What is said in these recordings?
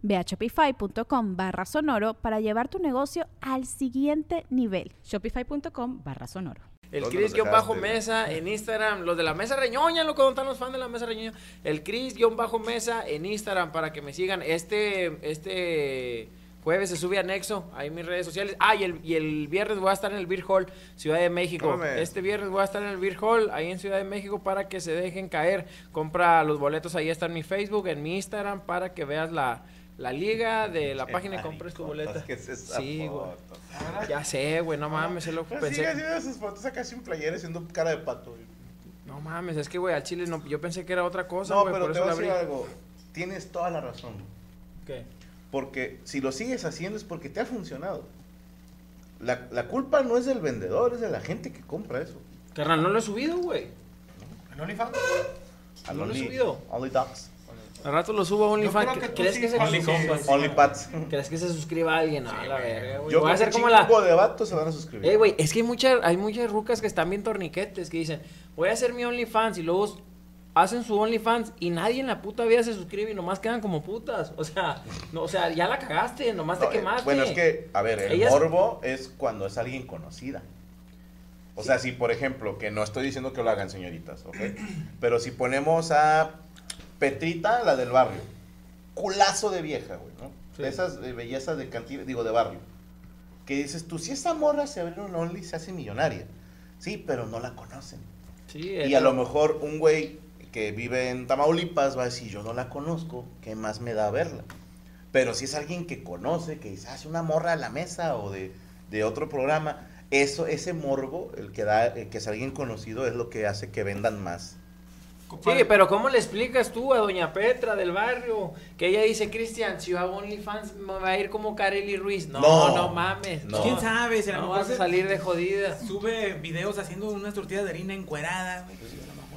Ve a shopify.com barra sonoro para llevar tu negocio al siguiente nivel. Shopify.com barra sonoro. El Cris-Bajo Mesa en Instagram. Los de la Mesa Reñoña, lo que están los fans de la Mesa Reñoña. El Cris-Bajo Mesa en Instagram para que me sigan. Este, este jueves se sube a Nexo, ahí mis redes sociales. Ah, y el, y el viernes voy a estar en el Beer Hall, Ciudad de México. Hombre. Este viernes voy a estar en el Beer Hall, ahí en Ciudad de México, para que se dejen caer. Compra los boletos, ahí está en mi Facebook, en mi Instagram, para que veas la, la liga de la página y compres tu boleta. Que es esa sí, güey. foto. Ah, Ya sé, güey, no mames, se lo Pero pensé. Pues sigue haciendo sus fotos acá sin playera, haciendo cara de pato. güey. No mames, es que, güey, al chile no, yo pensé que era otra cosa, No, güey, pero por te eso voy a la decir abrí. algo. Tienes toda la razón. ¿Qué? Porque si lo sigues haciendo es porque te ha funcionado. La, la culpa no es del vendedor, es de la gente que compra eso. Carnal, no lo he subido, güey. ¿En OnlyFans? Al No lo he only- subido. Only Ducks. Al rato lo subo a OnlyFans. creo que tú ¿Crees que sigues se Only suscriba? Compas. Only Pats. ¿Crees que se suscriba alguien? No, la verga, güey. Voy a Yo creo que hacer un como la... chingo de vatos se van a suscribir. Eh, güey, es que hay, muchas hay muchas rucas que están bien torniquetes que dicen, voy a hacer mi OnlyFans y luego hacen su OnlyFans y nadie en la puta vida se suscribe y nomás quedan como putas. O sea, no, o sea ya la cagaste, nomás No, te eh, quemaste. Bueno, es que, a ver, el Ellas- morbo es cuando es alguien conocida. O sea, si por ejemplo, que no estoy diciendo que lo hagan señoritas, ¿ok? Pero si ponemos a Petrita, la del barrio, culazo de vieja, güey, ¿no? Sí. De esas eh, bellezas de cantina, digo, de barrio. Que dices tú, si esa morra se abre un Only, se hace millonaria. Sí, pero no la conocen. Sí, Y a lo mejor un güey que vive en Tamaulipas va a decir, yo no la conozco, ¿qué más me da verla? Pero si es alguien que conoce, que quizás una morra a la mesa o de, de otro programa, eso, ese morbo, el que da, el que es alguien conocido, es lo que hace que vendan más. Sí, pero ¿cómo le explicas tú a doña Petra del barrio? Que ella dice, Cristian, si yo hago OnlyFans me va a ir como Kareli Ruiz. No, no, No. mames. No. ¿Quién sabe? Si a lo No mejor vas a se- salir de jodida. Sube videos haciendo una tortilla de harina encuerada. güey.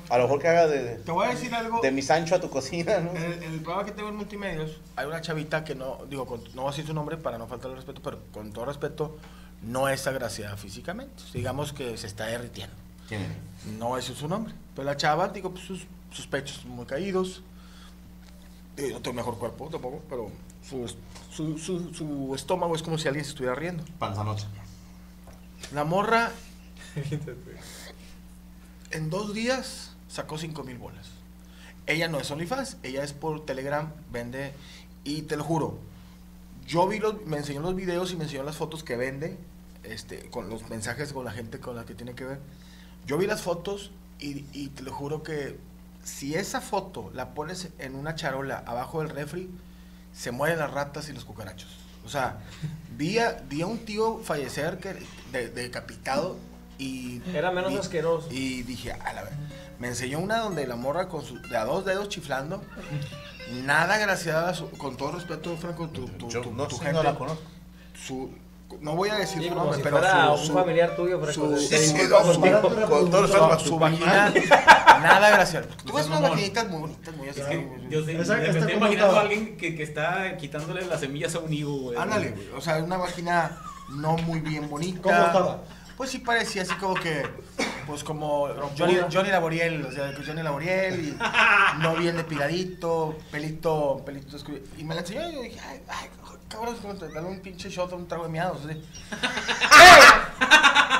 A lo mejor que haga de, Te voy a decir algo. de mi Sancho a tu cocina, ¿no? En el, en el programa que tengo en multimedios, hay una chavita que no, digo, con- no voy a decir su nombre para no faltarle respeto, pero con todo respeto, no es agraciada físicamente. Digamos que se está derritiendo. No es su nombre. Pero la chava, digo, pues, sus, sus pechos muy caídos. Eh, no tengo mejor cuerpo tampoco, pero su, es- su- su- su estómago es como si alguien se estuviera riendo. Panzanocha. La morra, en dos días, sacó 5 mil bolas. Ella no es OnlyFans, ella es por Telegram, vende. Y te lo juro, yo vi los, me enseñó los videos y me enseñó las fotos que vende, este, con los mensajes con la gente con la que tiene que ver. Yo vi las fotos y, y te lo juro que si esa foto la pones en una charola abajo del refri, se mueren las ratas y los cucarachos. O sea, vi a, vi a un tío fallecer que, de- decapitado y... Era menos y- asqueroso. Y dije, a la vez. Me enseñó una donde la morra con su, de a dos dedos chiflando. Nada agraciada, su- con todo respeto, Franco, tu, tu, Yo tu- no tu sé, gente. no la conozco. su- no voy a decir Sí, su como nombre, si pero fuera su- un su- familiar tuyo, pero su- con- su- Sí, sí, su- con- su- con- con todo respeto, su- tu su vagina. vagina, nada gracioso. Tú Pues ves es unas mamón. vaginitas muy bonitas, muy así. Es que muy- yo sé, Esa- me está estoy como imaginando todo. a alguien que, que está quitándole las semillas a un higo, güey. Ándale, güey, o sea, una vagina no muy bien bonita. ¿Cómo estaba? Pues sí parecía así como que, pues como Johnny, Johnny Laboriel, o sea, que Johnny Laboriel, y no bien depiladito, pelito, pelito oscuro. Y me la enseñó y yo dije, ay, ay, cabrón, es como te- dale un pinche shot, un trago de miados.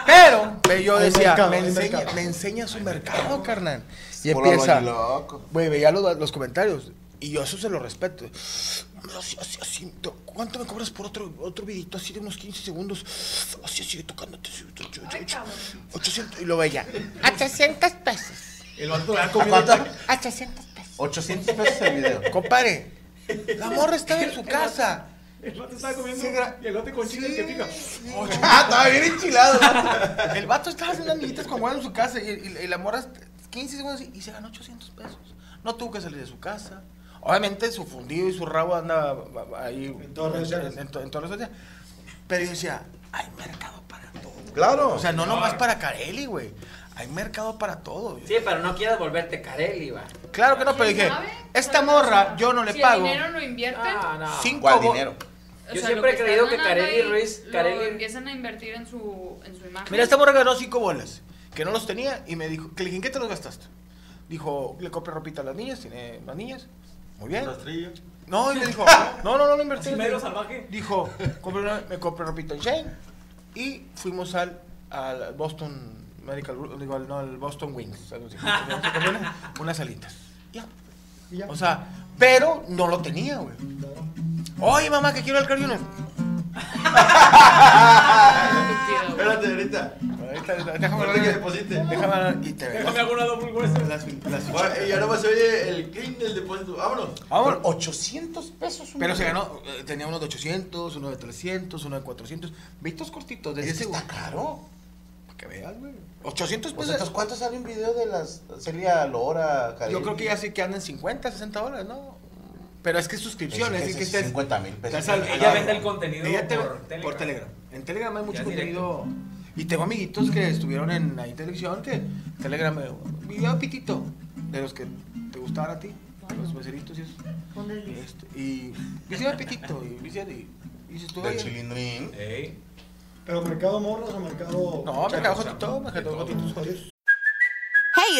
Pero, pero yo Hay decía, mercado, me, hay enseña, mercado. me enseña su mercado, carnal. Y Puro empieza, albañil loco. güey, veía los, los comentarios Y yo eso se lo respeto. Hombre, Así, así, así. te- ¿Cuánto me cobras por otro, otro videito así de unos 15 segundos? Así, así, tocándote. así, ocho- ocho- ocho- 800. Y lo veía. A 300 pesos. El banco era ¿Cuánto? A 300 pesos. 800 pesos el video. Compadre, la morra estaba en su casa. El vato estaba comiendo Pues Sí, gra- y el gato con chile que pica. Ah, estaba bien enchilado. el vato. El vato estaba haciendo amiguitas con Juan en su casa y, y- y la morra 15 segundos y, y se ganó 800 pesos. No tuvo que salir de su casa. Obviamente su fundido y su rabo anda ahí en todas las en- redes. en to- en todas las redes. Pero yo decía, hay mercado para todo. Claro. O sea, no nomás para Carelli, güey. Hay mercado para todo. Sí, pero no quieras volverte Carelli, va. Claro que no, pero dije, esta morra yo no le si pago. el dinero lo invierten. Ah, No, no. Cinco ¿Cuál bo- dinero? o Yo sea, siempre lo he creído están que ganando Carelli ahí, Ruiz- lo Carelli- empiezan a invertir en su, en su imagen. Mira, esta morra ganó cinco bolas, que no los tenía, y me dijo, que le dije, ¿en qué te los gastaste? Dijo, le compré ropita a las niñas, tiene las niñas. Muy bien. Rastrillo. No, y me dijo, no, no, no lo invertí. Así mero salvaje. Dijo, compré una- me compré ropita en Shane y fuimos al, al Boston Medical, Group, digo, al- no, al Boston Wings, algo así. Se compró una- unas alitas. Ya. Y ya. O sea, pero no lo tenía, güey. Oye, mamá, que quiero el cardio. Estúpido, Ah, güey. Espérate, ahorita. Ahorita, Déjame Ahorita que hablar. deposite. Déjame hablar. Y te Déjame alguna double western. Las- las- Ahora- Y ahora más se oye el clean del depósito. Vámonos. Ahora, 800 pesos. un pero se video. ganó, eh, tenía uno de 800, uno de 300, uno de 400. Vistos cortitos, de Es 10 que segundos. está caro. Para que veas, güey. 800 Pues pesos. entonces, ¿cuánto sale un video de las Celia Lora, Carelli? Yo creo que ya sí que andan 50, 60 dólares, ¿no? Pero es que es suscripción, es, Es que decir, que es estés- 50 mil pesos. Ah, estás al- Ella vende el contenido Ella te- por Telegram. por Telegram. En Telegram hay mucho es directo. contenido. Y tengo amiguitos que estuvieron en ahí en televisión que Telegram me video pitito de los que te gustaban a ti, los meseritos y eso. Este, y video pitito y video y, y dices tú, Del oye, Chilindrín. Eh. Ey. ¿Pero mercado morros o mercado.? No, me chacos? cago en todo, me cago en todo. Hey,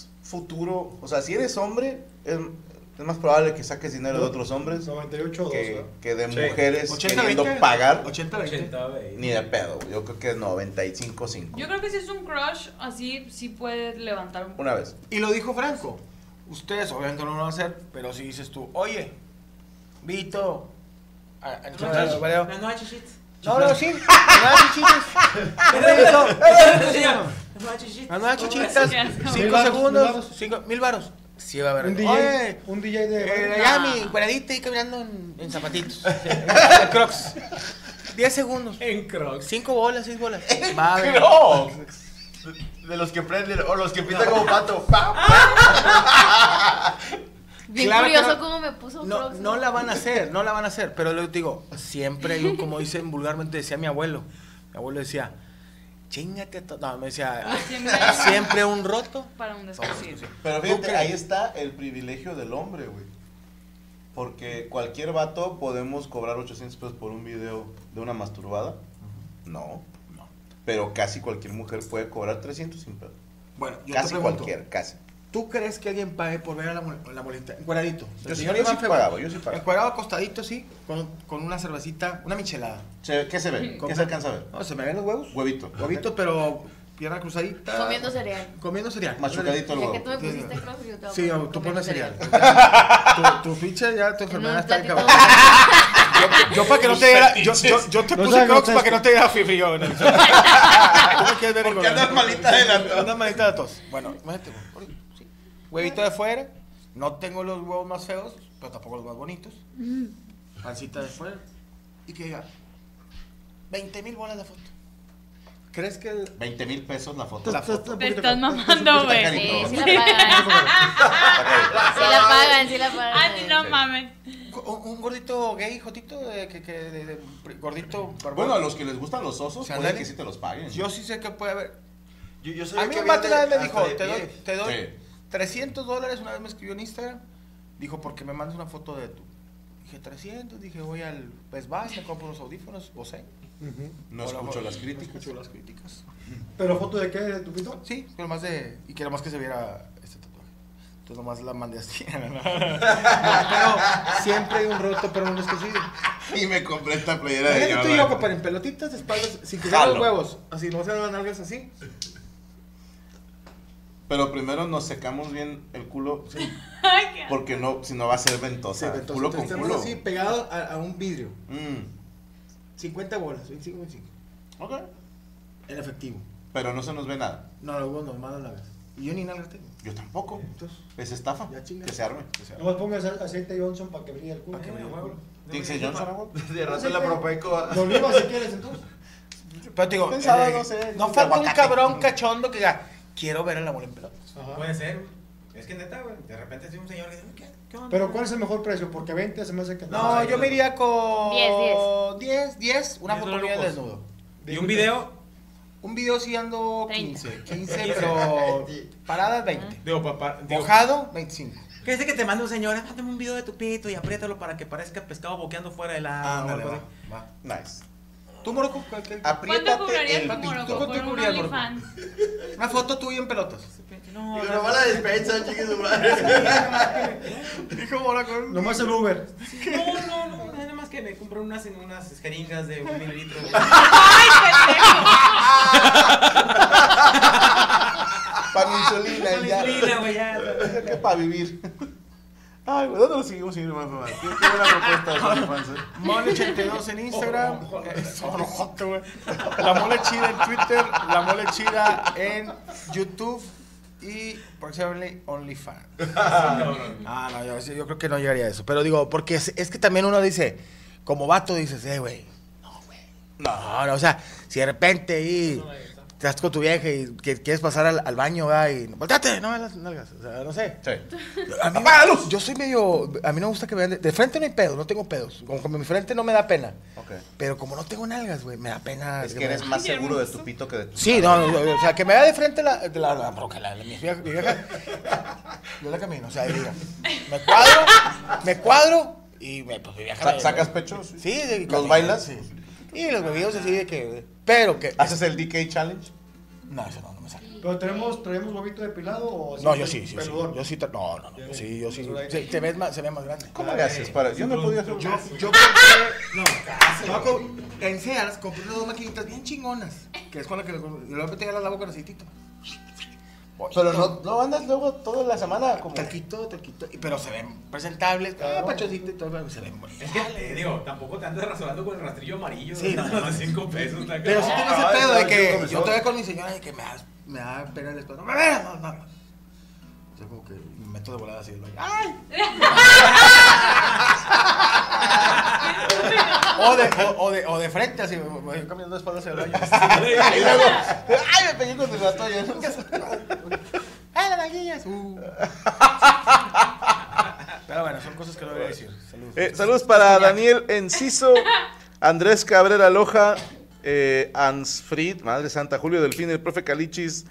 futuro. O sea, si eres hombre, es, es más probable que saques dinero de otros hombres 98 o 2. que, que de Sí. mujeres 80 queriendo 20, pagar. 80 20. 80, güey. Ni de pedo. güey. Yo creo que es 95.5. Yo creo que si es un crush, así sí puede levantar un Una vez. Y lo dijo Franco. Ustedes obviamente no lo van a hacer, pero si dices tú, oye, Vito. a- a- Buenas Valero". noches, Buenas noches. No, no, sí. Las nuevas Buenas noches, chicos. chichitas. Las nuevas Ah, chichitas. Mil Cinco varos, mil segundos. varos. Cinco, mil varos. Sí, va a haber. Un DJ. Oye, Un DJ eh, de. allá mi cueradita y caminando en, en zapatitos. En crocs. Diez segundos. En Crocs. Cinco bolas, seis bolas. Va a haber. De, de los que prenden, o los que pintan como pato. ¡Pam! Bien Claro que curioso no- cómo me puso No, Crocs, no la van a hacer, no la van a hacer, pero lo digo, siempre hay un, como dicen vulgarmente, decía mi abuelo, mi abuelo decía, chingate a to-". no, me decía, Siempre hay- siempre un roto. para un desconocido. Pero ¿Tú fíjate, crees? ahí está el privilegio del hombre, güey. Porque cualquier vato podemos cobrar 800 pesos por un video de una masturbada. No. No. Pero casi cualquier mujer puede cobrar 300 sin pedo. Bueno, yo Casi te pregunto, cualquier, casi. ¿tú crees que alguien pague por ver a la, mol- la molesta encueradito? O sea, Yo el sí- señor yo Iván sí Febres, pagaba, yo sí pagaba. Encuerado acostadito, sí, con, con una cervecita, una michelada. Se- ¿Qué se ve? ¿Qué se alcanza a ver? No, se me ven los huevos. Huevito. Huevito, pero pierna cruzadita. Comiendo cereal. Comiendo cereal. Machucadito el Ya que huevo. tú me pusiste Crocs, yo te voy a Ah, Sí, tú poner comiendo pones cereal. Tu- Tu ficha ya, tu En enfermedad un está en platito. cabrón. Yo, yo para que no te diera. Yo, yo, yo te No puse seas crocs para grotesco. que no te diera fifi yo. ¿no? ¿Cómo quieres ver Porque andas malita de la tos. Andas malita de la tos. Bueno, imagínate, güey. Sí. Huevito de fuera. No tengo los huevos más feos, pero tampoco los más bonitos. Pancita de fuera. Y que diga 20 mil bolas la foto. ¿Crees que el- 20 mil pesos la foto. la foto? Te estás mamando, güey. carito. Sí, sí Sí, la pagan. Ah, Sí la pagan, sí la pagan. Ah, sí, no mames. Un, un gordito gay, jotito, de- que, que, de- de- gordito. Bueno, barbón. a los que les gustan los osos, Sí, puede ándale. que sí te los paguen. Yo sí sé que puede haber. Yo, yo soy A el mí que un vato vende una vez me hasta dijo, de te doy, pie. te doy Sí. 300 dólares, una vez me escribió en Instagram, Dijo, porque me mandas una foto de tu? Dije, 300. Dije, voy al Best Buy, me compro unos audífonos, Bose. Ujú. No O la- escucho las No críticas. escucho las críticas. ¿Pero foto de qué? ¿De tu pito? Sí, pero más de. Y que más que se viera este tatuaje. Entonces nomás la mandé así. pero siempre hay un roto, pero no escogido. Y me compré esta playera de Imagínate tú y Jordan. yo, compadre, en pelotitas, de espaldas, sin que sean los Jalo. huevos. Así, no se dan algas así. Pero primero nos secamos bien el culo. Porque no, si no va a ser ventosa. Entonces, culo con estamos culo. así, pegado a, a un vidrio. Mm, 50 bolas, 25, 25. Ok. En efectivo. pero no se nos ve nada. No, los huevos normal a la vez. Y yo ni nalgas tengo. Yo tampoco. Es estafa. Que se arme. Que se arme. Nomás pongas aceite Johnson para que brille el culo. Para que Tiene que ser Johnson, ¿no? De rato Pues la Propeco. Lo oliva si quieres entonces. Pero te digo, Pensaba, eh, no sé, no de falta un aguacate. cabrón cachondo que diga, quiero ver el abuelo en pelotas. Puede ser, güey. Es que neta, güey. De repente si un señor que dice, ¿qué, qué onda? Pero ¿cuál es el mejor precio? Porque 20 se me hace que No, yo me iría con. 10, 10. 10, 10. Una Diez foto mía dólares. desnudo. ¿Y un video? Un video sí ando 15. 15, pero. Parada 20. Digo, papá. digo, Mojado 25. ¿Qué dice que te manda un señor? "Eh, Mándame un video de tu pito y apriétalo para que parezca pescado boqueando fuera del agua. Ándale, o algo va, así. va. Nice. ¿Tú, Moroco? ¿Cuál- qué- Ah. ¿Cuánto Apriétate cobrarías el por pito. Morocco? ¿Cuánto Por un cobrarías, Morocco? OnlyFans. Una foto tuya en pelotas. No, Digo, no, nomás la despensa, chique su madre. Dijo Moroco. Nomás el Uber. no, no, no, nada más que me compré unas, unas jeringas de un mililitro. güey. Para insulina y ya. Insulina, güey, ya. que para vivir. Ay, güey, ¿dónde lo seguimos, señor Mafama? Quiero quiero una propuesta de OnlyFans. eh. Mon82 en Instagram. Eh, oh, Es orojote, güey. La mole chida en Twitter. La mole chida en YouTube. Y próximamente OnlyFans. Ah, no, yo, yo creo que no llegaría a eso. Pero digo, porque es, es que también uno dice, como vato dices, eh, güey. No, güey. No, no, o sea, si de repente ahí estás con tu vieja y que- quieres pasar al, al baño, va, y volteate, no me las nalgas. O sea, no sé. A mí, Yo soy medio. A mí no me gusta que me vean. De, de frente no hay pedos, no tengo pedos. Como que mi frente no me da pena. Ok. Pero como no tengo nalgas, güey, me da pena. Es que eres más seguro de tu pito que de tu. Sí, no, no, no, o sea, que me vea de frente la. de la, la- pero que la- la- mi, vieja, mi vieja- Yo la camino, o sea, diga. Me cuadro, me cuadro y me, pues, mi vieja. Sa- me- ¿Sacas pechos? Sí, de- ¿Los bailas? Sí. Y los bebidos así de que. Pero que. ¿Haces el DK Challenge? No, eso no, no me sale. ¿Pero tenemos, traemos huevito depilado o No, yo sí, sí, sí. peludón? Yo sí, tra- no, no, no, sí, yo sí. Se, te ves más, se ve más grande. ¿Cómo le haces? Para... Yo no he podido hacer Yo, yo compré. No, estaba con- en Sears compré unas dos maquinitas bien chingonas. Que es con la que yo la metí a la lavo con aceitito. Pero no, no andas luego toda la semana como. Talquito, talquito. y- Pero se ven presentables. Ah, pachoncito y todo. pero Se ven bonitas. Es que, te digo, tampoco te andas razonando con el rastrillo amarillo. Sí, nada no, más de 5 pesos. la Pero sí cara. tengo ese pedo de yo que con mi yo sol. todavía con mi señora de que me da, me da pena el espalda. No me veas, no, no. O sea, como que me meto de volada así. del baño. ¡Ay! o, de, o, o de, o de frente, así, me voy caminando de espaldas hacia el baño. Y luego, ¡Ay, me pegué con tu batalla! ¡Ah, la maguillas! Uh. Pero bueno, son cosas que no voy a decir. Saludos. Eh, saludos para Daniel Enciso, Andrés Cabrera Loja, eh, Ansfried, Madre Santa, Julio Delfín, el profe Calichis,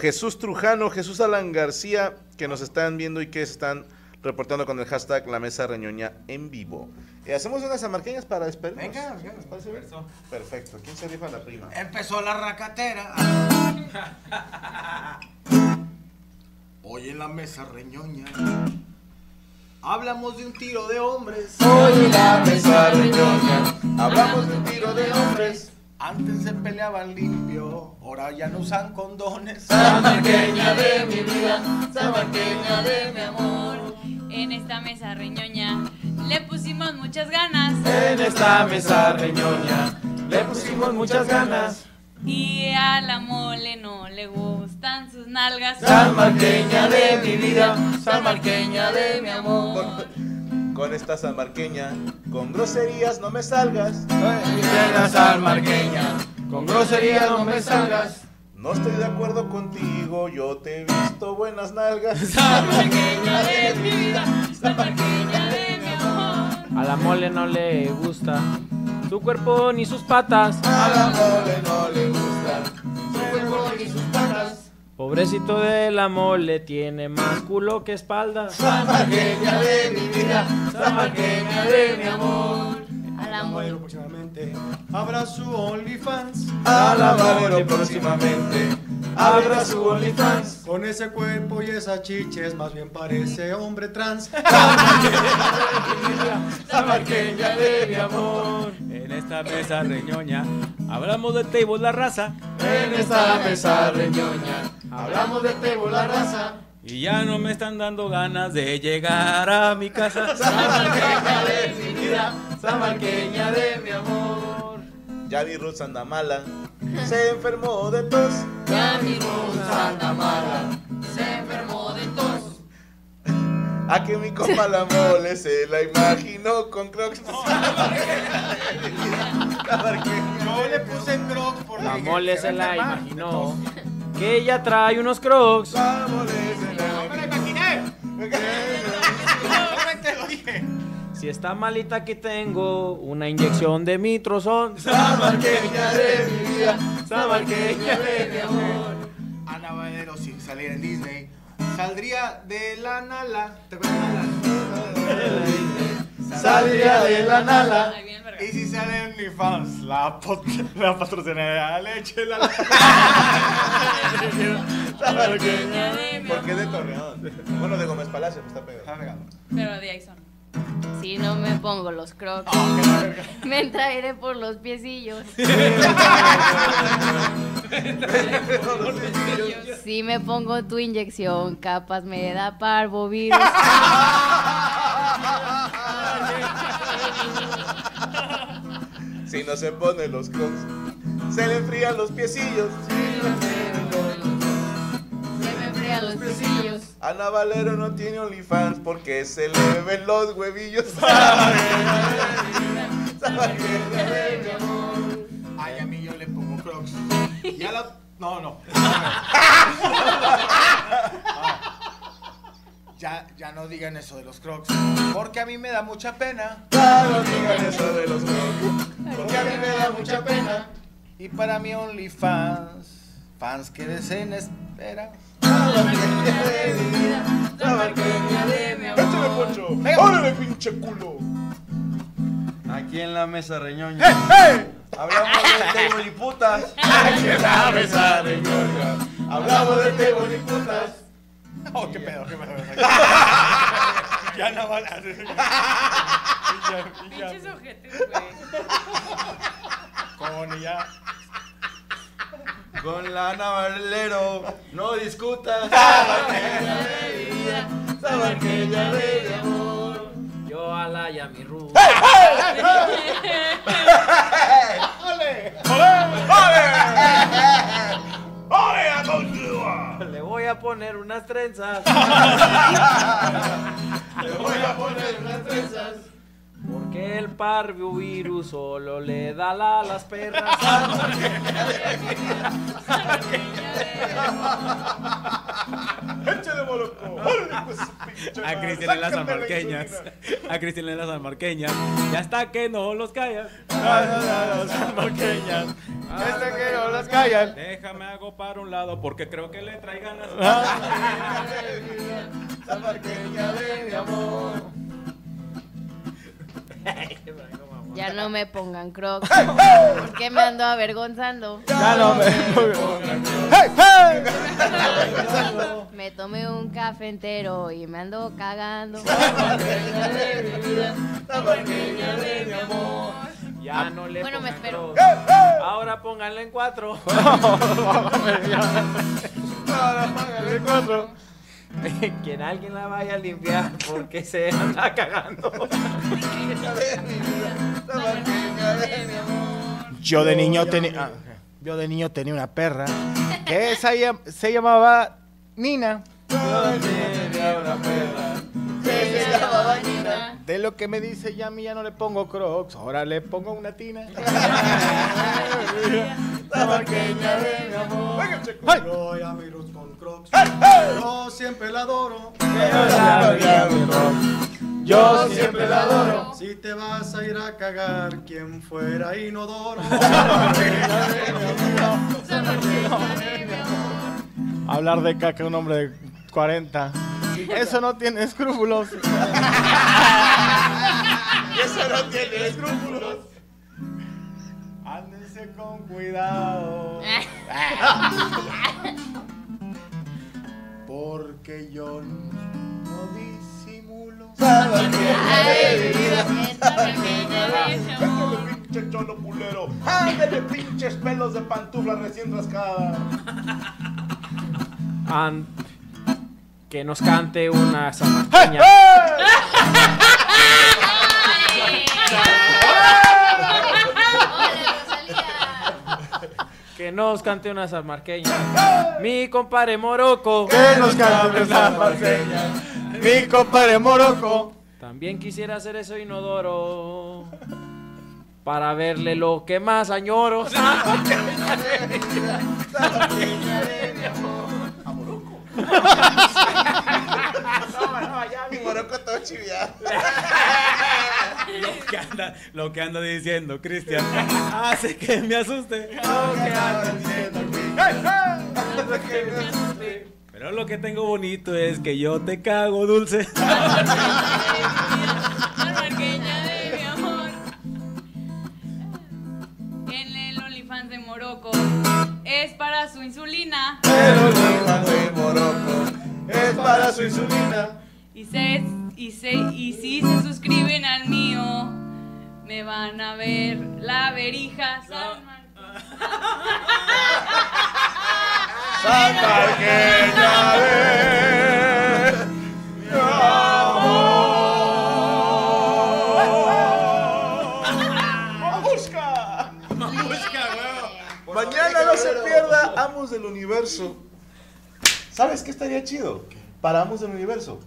Jesús Trujano, Jesús Alan García, que nos están viendo y que están reportando con el hashtag La Mesa Reñoña en vivo. Eh, ¿Hacemos unas amarqueñas para despedirnos? Venga, venga, ¿les parece bien? Perfecto. ¿Quién se rifa la prima? Empezó la racatera. Hoy en la mesa reñoña hablamos de un tiro de hombres. Hoy la mesa reñoña, hablamos de un tiro de hombres. Antes se peleaban limpio, ahora ya no usan condones. Samarqueña de mi vida, samarqueña de mi amor. En esta mesa reñoña le pusimos muchas ganas. En esta mesa reñoña le pusimos muchas ganas. Y a la mole no le gustan sus nalgas. Marqueña de mi vida, San Marqueña de mi amor. Con esta samarqueña, con groserías no me salgas. de la salmarqueña, con grosería no me salgas. No estoy de acuerdo contigo, yo te he visto buenas nalgas. Salmarqueña de mi vida, San Marqueña de mi amor. A la mole no le gusta su cuerpo ni sus patas. A la mole no le gustan Pobrecito del amor le tiene más culo que espalda. San Marqueña de mi vida, San Marqueña de mi amor. Al Valero próximamente habrá su OnlyFans. A la Valero próximamente habrá su OnlyFans. Con ese cuerpo y esas chiches, más bien parece hombre trans. Samarqueña de mi amor. En esta mesa reñoña hablamos de table la raza. En esta mesa reñoña hablamos de tebo la raza. Y ya no me están dando ganas de llegar a mi casa. Samarqueña de mi vida, Samarqueña de mi amor. Ya vi Ruth Sandamala, se enfermó de tos. Ya mi Ruth Sandamala se enfermó de tos. A que mi compa la mole se la imaginó con crocs. Yo le puse crocs por La mole se la imaginó que ella trae unos crocs. La mole se la Si está malita aquí tengo una inyección de mitrozón. Samarqueña de mi vida, Samarqueña de mi amor. Ana Valero, si saliera en Disney, saldría de la Nala. ¿Te acuerdas? Saldría de la Nala. Y si sale en mi fans, la, pot- la patrocinará leche. La, Samarqueña de mi ¿Por qué de Torreón? Bueno, de Gómez Palacio, pues está pegado. Pero de Jackson. Si no me pongo los crocs, me traeré por los piecillos. si me pongo tu inyección, capas me da parvovirus. Si no se pone los crocs, se le enfrían los piecillos. Se me enfrían los piecillos. Ana Valero no tiene OnlyFans porque se le ven los huevillos. Ay, a mí yo le pongo crocs. Ya la. No, no. Ah. Ya, ya no digan eso de los crocs. Porque a mí me da mucha pena. Ya no digan eso de los crocs. Porque a mí me da mucha pena. Y para mí OnlyFans, fans que deseen espera. Échale, Poncho. ¡Órale, pinche culo! Aquí en la mesa reñoña. ¡Eh, Hablamos de table y putas. Aquí en la mesa reñoña. Hablamos de tebo y putas. Oh, qué pedo, qué pedo. ya no van a. Pinches ojetes, güey. Con ya. Con la Ana Valero. No discutas. Samarqueña de mi amor. Yo a la y a mi Ruth. Le voy a poner unas trenzas. Le voy a poner unas trenzas. Porque el parvovirus solo le da la a las perras. Échale, Moloco. Órale, pues, pinche A madre. Cristian en las Sácame la almarqueñas. insulina. A Cristian en las almarqueñas. Y hasta que no los callas. las almarqueñas. Hasta Este que Ah, no las callan. Déjame hago para un lado porque creo que le traigan las. Samarqueña de mi amor. Ya no me pongan crocs. Porque me ando avergonzando. Ya no me Me tomé un café entero y me ando cagando. Samarqueña de mi amor. Ya no le Bueno, me pongan espero. dos. Ahora pónganle en cuatro. Ahora pónganle en cuatro. Quien alguien la vaya a limpiar porque se anda cagando. Yo de niño tenía. ah, yo de niño tenía una perra. Que esa ya- se llamaba Nina. De lo que me dice ya a mí ya no le pongo crocs, ahora le pongo una tina. Samarqueña de mi amor. Venga, checo. Voy a mi Ruth con crocs. Yo siempre la adoro. Yo siempre la adoro. Si te vas a ir a cagar, quien fuera inodoro. hablar de caca a un hombre de 40. Eso no tiene escrúpulos. Eso no tiene escrúpulos. Ándense con cuidado. Porque yo no disimulo. Ay, Ándale, pinche cholo pulero. Ándale, pinches pelos de pantufla recién rascada. An- que nos cante una samartaña. ¡Eh! Que nos cante una samarqueña. Mi compadre Moroco. Que nos cante una zamarqueña. Mi compadre Moroco. También quisiera hacer eso inodoro. Para verle lo que más añoro. Moroco todo chiviado. Lo que anda, lo que anda diciendo Cristian hace que me asuste. Pero lo que tengo bonito es que yo te cago dulce. mi amor. En el OnlyFans de Morocco es para su insulina Es para su insulina. y se y se y si se suscriben al mío me van a ver la verija San Mar- Santarqueña de mi ¡Mamusca! ¡Mamusca, Mañana no se pierda Amos del Universo. ¿Sabes qué estaría chido? Para Amos del Universo.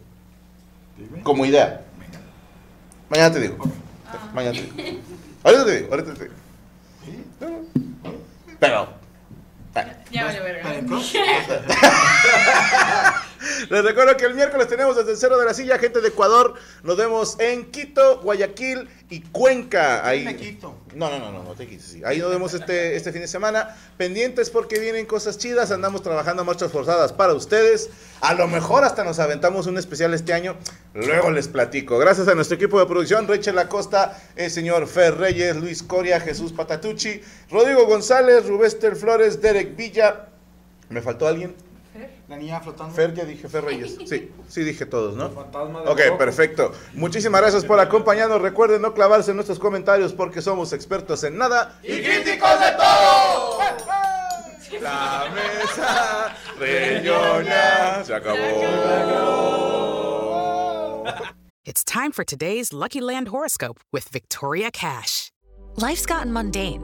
Como idea. Mañana te digo. Mañana te digo. Ahorita te digo, ahorita te digo. Pero. Ya vale verga. Les recuerdo que el miércoles tenemos desde el Cerro de la Silla, gente de Ecuador. Nos vemos en Quito, Guayaquil y Cuenca. Ahí. No, no, no, no, no te quites. sí. Ahí nos vemos este, este fin de semana. Pendientes porque vienen cosas chidas. Andamos trabajando a marchas forzadas para ustedes. A lo mejor hasta nos aventamos un especial este año. Luego les platico. Gracias a nuestro equipo de producción, Rachel Acosta, el señor Fer Reyes, Luis Coria, Jesús Patatucci, Rodrigo González, Rubester Flores, Derek Villa. ¿Me faltó alguien? La niña flotando. Fer, ya dije Fer Reyes. Sí, sí dije todos, ¿no? Fantasma de Ok, Morocco. perfecto. Muchísimas gracias por acompañarnos. Recuerden no clavarse en nuestros comentarios porque somos expertos en nada. ¡Y críticos de todo! La mesa reñoña se acabó. It's time for today's Lucky Land horoscope with Victoria Cash. Life's gotten mundane,